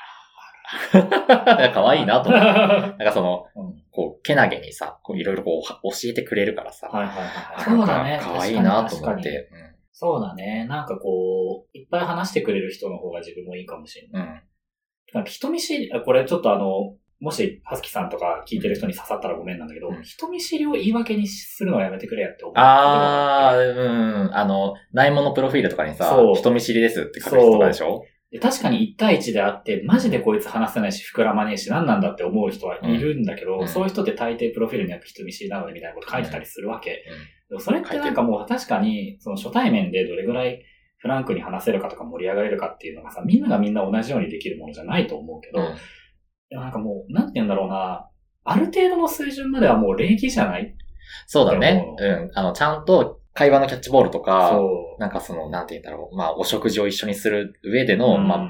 S3: ゃった。あら、可愛い なと思って。
S2: ゃった。
S3: なんかその、
S2: うん
S3: こう、けなげにさ、こういろいろこうは、教えてくれるからさ。
S2: はいはいはいはい。
S3: あ
S2: そうだね。
S3: なんか可愛いなと思っ
S2: 確かに。確かに
S3: て。
S2: そうだね。なんかこう、いっぱい話してくれる人の方が自分もいいかもしれない。
S3: うん。うん。
S2: なんか人見知り、あこれちょっとあの、もし、はすきさんとか聞いてる人に刺さったらごめんなんだけど、
S3: うん
S2: 人見知りを言い訳にするのはやめてくれやって思う。
S3: あー、うん。あの、ないものプロフィールとかにさ
S2: そう、
S3: 人見知りですって書く人とかでしょ
S2: で確かに1対1であって、マジでこいつ話せないし、膨らまねえし、何なんだって思う人はいるんだけど、
S3: うん
S2: そういう人って大抵プロフィールになんか人見知りなのでみたいなこと書いてたりするわけ。
S3: うんうん
S2: でもそれってなんかもう確かに、その初対面でどれぐらいフランクに話せるかとか盛り上がれるかっていうのがさ、みんながみんな同じようにできるものじゃないと思うけど、
S3: うん。
S2: でもなんかもう、なんて言うんだろうな、ある程度の水準まではもう礼儀じゃない
S3: そうだね。
S2: で
S3: うん。あの、ちゃんと会話のキャッチボールとか、
S2: そ
S3: なんかその、なんて言うんだろう。まあ、お食事を一緒にする上で
S2: う。
S3: の、
S2: うん
S3: まあ、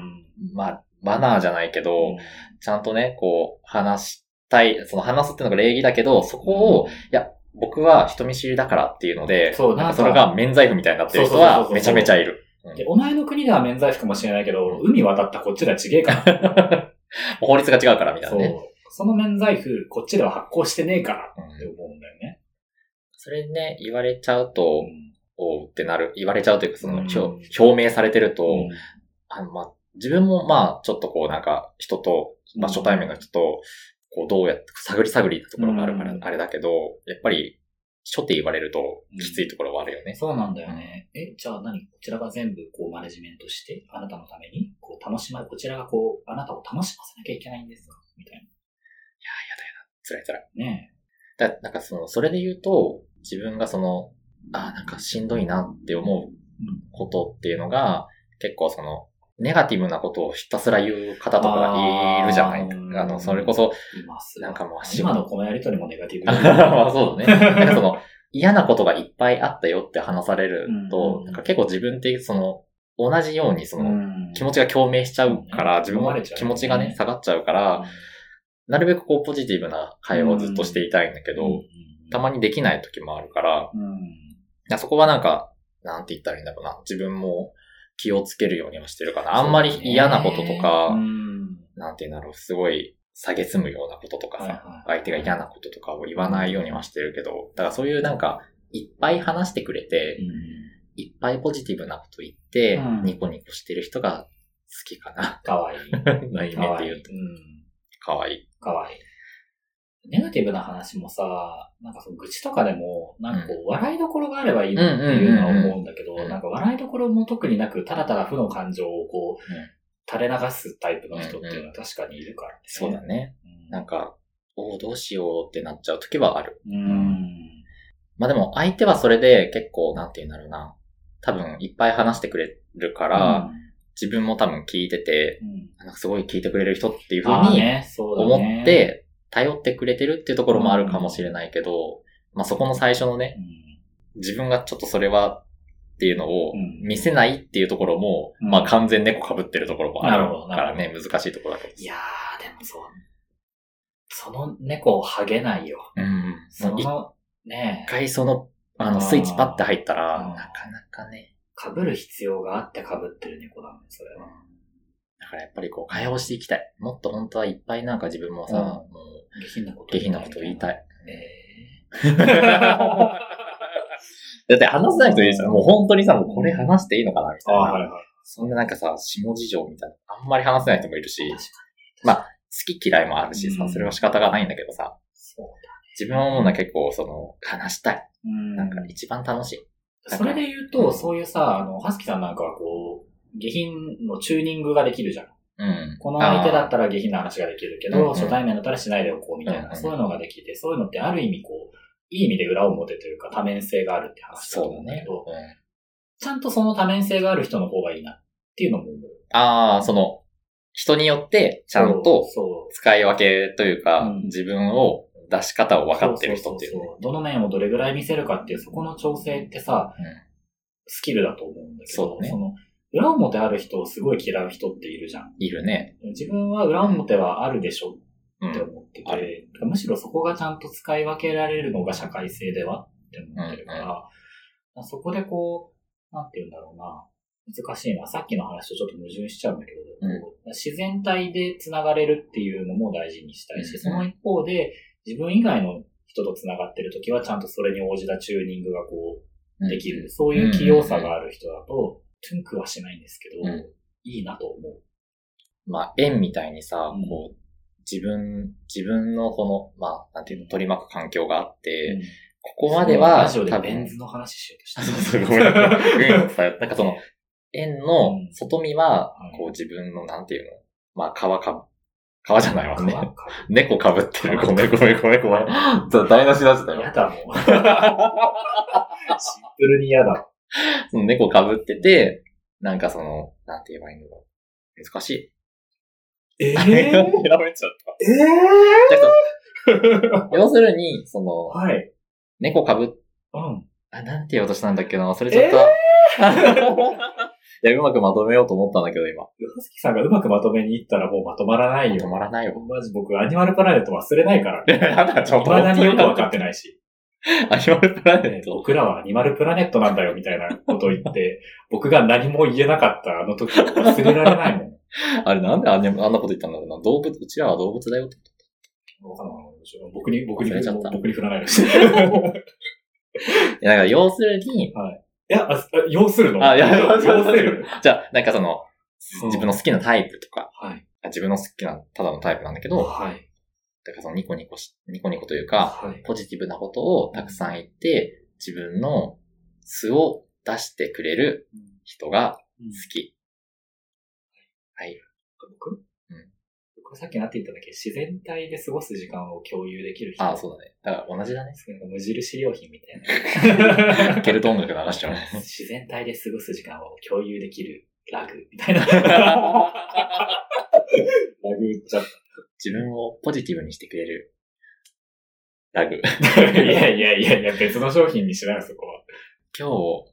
S3: まあ、マナーじゃないけど、ちゃんとね、こう、話したい、その話すっていうのが礼儀だけど、そこを、いや、僕は人見知りだからっていうので、
S2: そ
S3: な
S2: う
S3: ん
S2: なん
S3: か
S2: か
S3: それが免罪符みたいになってる人
S2: そうそうそう
S3: は
S2: そう
S3: めちゃめちゃいる。うん
S2: で、お前の国では免罪符かもしれないけど、海渡ったこっちではちげえから
S3: 法律が違うからみたい
S2: そ
S3: な
S2: う
S3: ね。。
S2: その免罪符、こっちでは発行してねえから
S3: うん
S2: って思うんだよね。
S3: それね、言われちゃうと、おうってなる、言われちゃうというか、その、
S2: うん
S3: 表表明されてると、
S2: うん
S3: あの、まあ、自分もまあ、ちょっとこうなんか、人と、まあ、初対面の人と、こうどうやって、探り探りなところがあるから
S2: う、ん
S3: あれだけど、やっぱり、初手言われると
S2: うん、
S3: きついところはあるよね。
S2: そうなんだよね。え、じゃあ何こちらが全部こうマネジメントして、あなたのために、こう楽しま、こちらがこう、あなたを楽しませなきゃいけないんですかみたい
S3: 辛い辛い。
S2: な。ね
S3: だなんかその、それで言うと、自分がその、ああ、なんかしんどいなって思うことっていうのが、結構その、ネガティブなことをひたすら言う方とかがいるじゃない
S2: あー
S3: あの、それこそ、
S2: え。います。
S3: なんかもう
S2: 今のこのやりとりもネガティブだけど。
S3: まあそうだね。なんかその、嫌なことがいっぱいあったよって話される
S2: うんうんう
S3: と
S2: ん、
S3: なんか結構自分ってその、同じようにその、
S2: ん
S3: 気持ちが共鳴しちゃうから、
S2: うん
S3: 自分
S2: 思わ
S3: も
S2: れちゃう
S3: 気持ちがね、下がっちゃうから、なるべくこうポジティブな会話をずっとしていたいんだけど、たま
S2: に。
S3: にできない時もあるから、
S2: うん
S3: いやそこはなんか、なんて言ったらいいんだろうな。自分も気をつけるようにはしてるかな。あんまり嫌なこととか、
S2: うん
S3: なんて言うんだろう、すごい、下げむようなこととかさ、
S2: はいはい
S3: 相手が嫌なこととかを言わないようにはしてるけど、だからそういうなんか、いっぱい話してくれて、いっぱいポジティブなこと言って、
S2: うん
S3: ニコニコしてる人が好きか な。
S2: か わいい。
S3: 内
S2: か
S3: 面
S2: わ
S3: で
S2: いい。
S3: 言うと。
S2: うん
S3: かわいい。
S2: かわいい。ネガティブな話もさ、なんかその愚痴とかでも、なんかこう、笑いどころがあればいいなっていうのは思うんだけど
S3: うんうんう、ん
S2: なんか笑いどころも特になく、ただただ負の感情をこう
S3: うん、
S2: 垂れ流すタイプの人っていうのは確かにいるからね。
S3: そうだね。
S2: うん。
S3: なんか、おおどうしようってなっちゃう時はある。
S2: うん。
S3: まあでも相手はそれで結構、なんて言うんだろうな。多分いっぱい話してくれるから、自分も多分聞いてて、
S2: うん、
S3: なんかすごい聞いてくれる人っていう
S2: あ
S3: 風
S2: ー
S3: に
S2: ね、そうだね
S3: 思っ、て頼ってくれてるっていうところもあるかもしれないけど、まあそこの最初のね、自分がちょっとそれはっていうのを
S2: うん
S3: 見せないっていうところも、
S2: うん
S3: まあ完全猫被ってるところもあ
S2: なるほど
S3: る
S2: な
S3: か
S2: るほ
S3: ら
S2: ど
S3: ね、難しいところだけど。
S2: いやー、でもそう。その猫をハゲないよ。
S3: うん。
S2: そ
S3: もう一
S2: の、ねえ
S3: 回その、あの、スイッチパッて入ったら、
S2: うん
S3: なかなかね、
S2: 被る必要があって被ってる猫だね、それは。
S3: だからやっぱりこう、会話をしていきたい。もっと本当はいっぱいなんか自分もさ、
S2: うん
S3: もう、
S2: 下品なこと
S3: 下品なこと言いた
S2: い。
S3: い。
S2: え
S3: だって話せない人いるじゃん。もう本当にさ、もうこれ話していいのかなみ
S2: ー、
S3: たいな。
S2: いはい。
S3: そんななんかさ、下事情みたいな。あんまり話せない人もいるし、
S2: 確
S3: 好
S2: かに。
S3: き嫌いもあるし
S2: う
S3: さ、
S2: ん
S3: それは仕方がないんだけどさ、
S2: そうだ。
S3: 自分は思うのは結構その、話したい。
S2: うん
S3: なんか一番楽しい。
S2: それで言うと、そういうさ、あの、はすきさんなんかはこう、下品のチューニングができるじゃん。
S3: うん。
S2: この相手だった
S3: ら、
S2: ら下品な話ができるけ
S3: うんう
S2: ど、
S3: ん
S2: 初対面だったらしないでおこうみたいな、
S3: うんうん
S2: そういうのができて、そういうのってある意味こう、いい意味で裏表というか多面性があるって話だと
S3: そ
S2: 思
S3: う
S2: うん
S3: だ
S2: だ
S3: ね。
S2: けど、
S3: うん
S2: ちゃんとその多面性がある人の方がいいなっていうのも思う。
S3: ああ、その、人によって、ちゃんと
S2: そ
S3: 使い分けというか、
S2: うん
S3: 自分を出し方を
S2: う、
S3: 分かってる人っていう
S2: そ
S3: ね
S2: そそそどの面をどれぐらい見せるかっていう、そこの調整ってさ、
S3: うん
S2: スキルだと思うんだけ
S3: そ
S2: ど
S3: う、だね
S2: の、裏表ある人をすごい嫌う人っているじゃん。
S3: いるね。
S2: 自分は裏表はあるでしょ
S3: う
S2: って
S3: ん。
S2: 思って
S3: うんあ
S2: て、むしろそこがちゃんと使い分けられるのが社会性ではって思ってるから、
S3: うん
S2: まあそこでこう、なんて言うんだろうな、難しいな。さっきの話とちょっと矛盾しちゃうんだけど、
S3: うん
S2: こう自然体で繋がれるっていうのも大事にしたいし、
S3: うん
S2: その一方で自分以外の人と繋がってるときはちゃんとそれに応じたチューニングがこうできる。そういう器用さがある人だと、トゥンクはしないんですけど、
S3: うん
S2: いいなと思う。
S3: まあ、縁みたいにさ、
S2: うん
S3: こう、自分、自分のこの、まあ、なんていうの、取り巻く環境があって、
S2: うん
S3: ここまでは、
S2: ラジオで
S3: 多
S2: ベン
S3: 分
S2: ズの話しよう
S3: あ
S2: とした。
S3: そう そう、ごめんなさい。うん伝えなんかその、縁の
S2: うん
S3: 外見は
S2: はい、
S3: こう自分の、なんていうの、まあ、皮か、皮じゃないわね。
S2: なんか
S3: 猫かぶってる。ごめんごめんごめんごめん。ちょ っと台無しになっちゃった
S2: や
S3: よ。
S2: だもう。シンプルに嫌だ。
S3: その猫かぶってて、なんかその、なんて言えばいいんだろう。難しい。
S2: え
S3: やめちゃっ
S2: え
S3: た。だけど 要するに、その、
S2: はい。
S3: 猫かぶっ
S2: うん。
S3: あ、なんて言おうとしたんだっけな。それちょっと、 いや、うまくまとめようと思ったんだけど、今。
S2: はすきさんがうまくまとめに行ったらもうまとまらない
S3: 止
S2: よ。
S3: まらないよ。
S2: マジ僕、アニマルパラネット忘れないから。い
S3: やだ、ちょっ
S2: まだによくわか
S3: っ
S2: ってないし。
S3: た。アニマルプラネット。
S2: 僕らはアニマルプラネットなんだよ、みたいなことを言って、僕が何も言えなかったあの時忘れられないもん。
S3: あれ、なんであんなあんなこと言ったんだろうな。動物、うちらは動物だよって。
S2: わかんない 僕に、僕に
S3: 忘れちゃった、
S2: 僕に振らないでし。 い
S3: いや、なんか、要するに、
S2: や、あ、あ要するの
S3: あいや
S2: 要する。
S3: じゃあ、なんかその、
S2: うん
S3: 自分の好きなタイプとか、
S2: はい。
S3: あ自分の好きな、ただのタイプなんだけど、
S2: はい。
S3: だからそのニコニコし、ニコニコというか、
S2: はい。
S3: ポジティブなことをたくさん言って、自分の素を出してくれる人が好き。
S2: 僕
S3: うん
S2: 僕はさっきなって言っただけ、自然体で過ごす時間を共有できる人。
S3: ああ、そうだね。だから同じ だね。。
S2: なんか無印良品みたいな
S3: ケルト音楽の話じゃ ない。
S2: 自然体で過ごす時間を共有できるラグみたいな。ラグ言っちゃっ
S3: 自分をポジティブにしてくれる。ラグ。
S2: た。いやいやいやいや、別の商品にしないよ、そこは。
S3: 今日を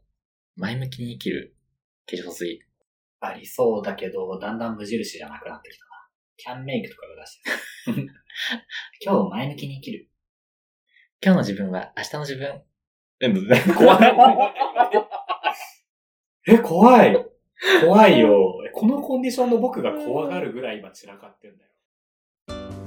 S3: 前向きに生きる化粧水。
S2: ありそうだけど、だんだん無印じゃなくなってきたな。キャンメイクとかが出して る。今日を前向きに生きる。
S3: 今日の自分は明日の自分。
S2: え、怖い。怖いよ。このコンディションの僕が怖がるぐらい今散らかってんだよ。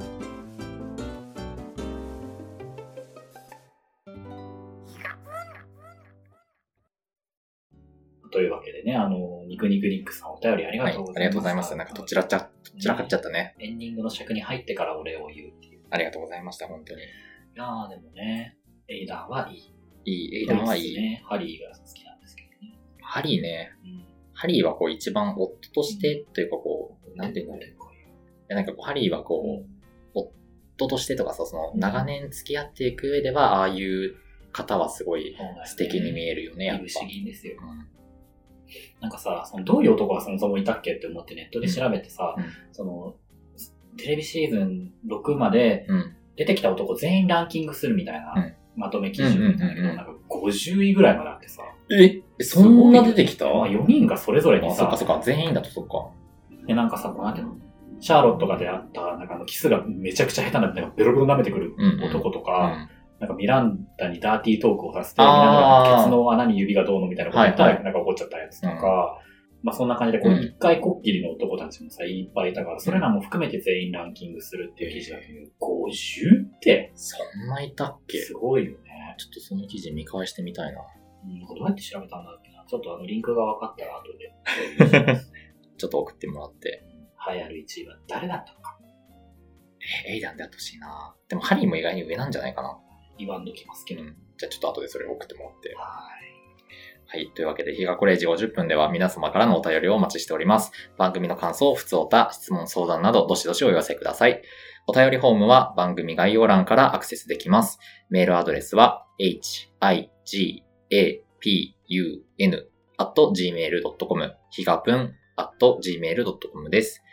S2: というわけでね、あの、ニクニクニックさんお便りあり
S3: は
S2: が
S3: い、あ
S2: とうござ
S3: り
S2: います。
S3: がとうございました。なんかどちらっちゃ、どちらかっちゃったね。
S2: エンディングの尺に入ってからお礼を言うっていう。
S3: ありがとうございました、本当に。
S2: いやーでもね、エイダーはいい。
S3: いい、エイダンはいい。
S2: ね。ハリーが好きなんですけどね。
S3: ハリーね。
S2: うん。
S3: ハリーはこう一番夫としてというかこう、なんて言うんだろう。いやなんかこう、ハリーはこう、夫としてとかさ、その長年付き合っていく上では、ああいう方はすごい素敵に見
S2: え
S3: えるよね、やっ
S2: 不思議ですよ。
S3: ぱ。うん
S2: なんかさ、そのどういう男がそもそもいたっけって思ってネットで調べてさ、
S3: うん
S2: その、テレビシーズン6まで
S3: うん
S2: 出てきた男全員ランキングするみたいな、
S3: うん
S2: まとめ記事みた
S3: う
S2: いなの
S3: んうんうんう
S2: が
S3: ん
S2: なんか50位ぐらいまであってさ、
S3: え、そんな出てきた
S2: まあ、4人がそれぞれに
S3: あ、そっ
S2: さ
S3: か、そっか、全員だとそっか。
S2: でなんかさ、こうなんていうのシャーロットが出会った、なんかあのキスがめちゃくちゃ下手な、なんかベロベロ舐めてくる
S3: うんうん
S2: 男と
S3: う
S2: か、
S3: ん
S2: なんかミランダにダーティートークをさせて、ミランダのケツの穴に指がどうのみたいなこと言った
S3: はい
S2: ら、
S3: は
S2: なんか怒っちゃったやつとか、まあそんな感じで、こ
S3: う
S2: うん一回こっきりの男たちもさ、いっぱいいたから、それらも含めて全員ランキングするっていう記事だけど、50って
S3: そんないたっけ
S2: すごいよね。
S3: ちょっとその記事見返してみたいな。
S2: うん、これどうやって調べたんだっけな。ちょっとあの、リンクが分かったら後で。
S3: ちょっと送ってもらって。
S2: 流行る1位は誰だったのか
S3: え、エイダンでやってほしいな。でもハリーも意外に上なんじゃないかな。
S2: 言わんときますけど。
S3: じゃあちょっと後でそれ送ってもらって。
S2: は
S3: はい。というわけで、日がコレージ50分では皆様からのお便りをお待ちしております。番組の感想、普通おた、質問、相談など、どしどしお寄せください。お便りフォームは番組概要欄からアクセスできます。メールアドレスは、higapun gmail.com、ひがぷん gmail.com です。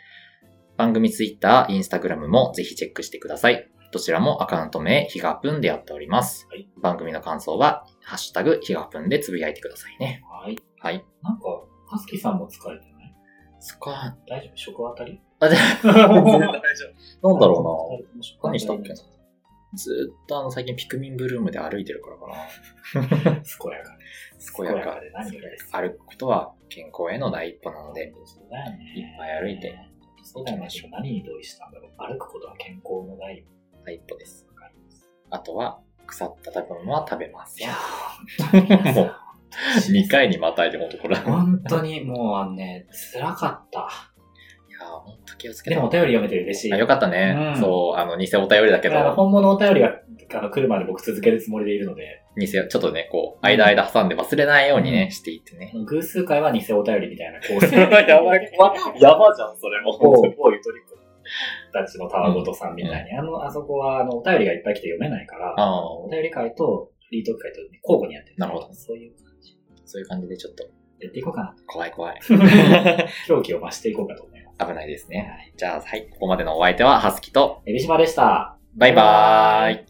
S3: 番組ツイッター、インスタグラムもぜひチェックしてください。どちらもアカウント名、ひがぷんでやっております。
S2: はい
S3: 番組の感想は、ハッシュタグ、ひがぷんでつぶやいてくださいね。
S2: い。はい。
S3: はい。
S2: なんか、かすきさんも疲れてない
S3: そっか。
S2: 大丈夫食当たり
S3: あ、じゃ
S2: 大 丈
S3: あ、なんだろうな。
S2: う
S3: 何したっけなずーっとあの、最近ピクミンブルームで歩いてるからかな。
S2: 健やかで。
S3: 健やか
S2: で何よりです。
S3: 歩くことは健康への第一歩なので、
S2: そうだよね。
S3: いっぱい歩いて。
S2: そうだよね。何に同意したんだろう。歩くことは健康の第一
S3: 第一歩です。
S2: 歩かります。
S3: あとは、腐った食べ物は食べます。
S2: ー、
S3: もう2回にまたいでもとこれ。いやー、
S2: 本当にもうあのね、辛かった。
S3: ほんと気をつけて。
S2: でもお便り読めて嬉しい。
S3: あよかったね、
S2: うん
S3: そう、あの、偽お便りだけ
S2: あの
S3: ど、
S2: 本物のお便りがあの来るまで僕続けるつもりでいるので、
S3: 偽、ちょっとね、こう、間間挟んで忘れないようにね、
S2: うん
S3: していってね。
S2: 偶数回は偽お便りみたいな構 成
S3: やばい、怖いやばじゃん、それも。
S2: 某某ゆとりっ子たちのたわごとさんみたいに、あの、あそこは、あの、お便りがいっぱい来て読めないから、
S3: ああ、
S2: お便り会とフリートーク会と、ね、交互にやってる。
S3: なるほど
S2: そういう感じ。
S3: そういう感じでちょっと、
S2: やっていこうかな。
S3: 怖い 怖い。
S2: 狂気を増していこうかと思います。
S3: 危ないですね。じゃあ、はい、ここまでのお相手は、はすきと、
S2: エビシマでした。
S3: バイバーイ。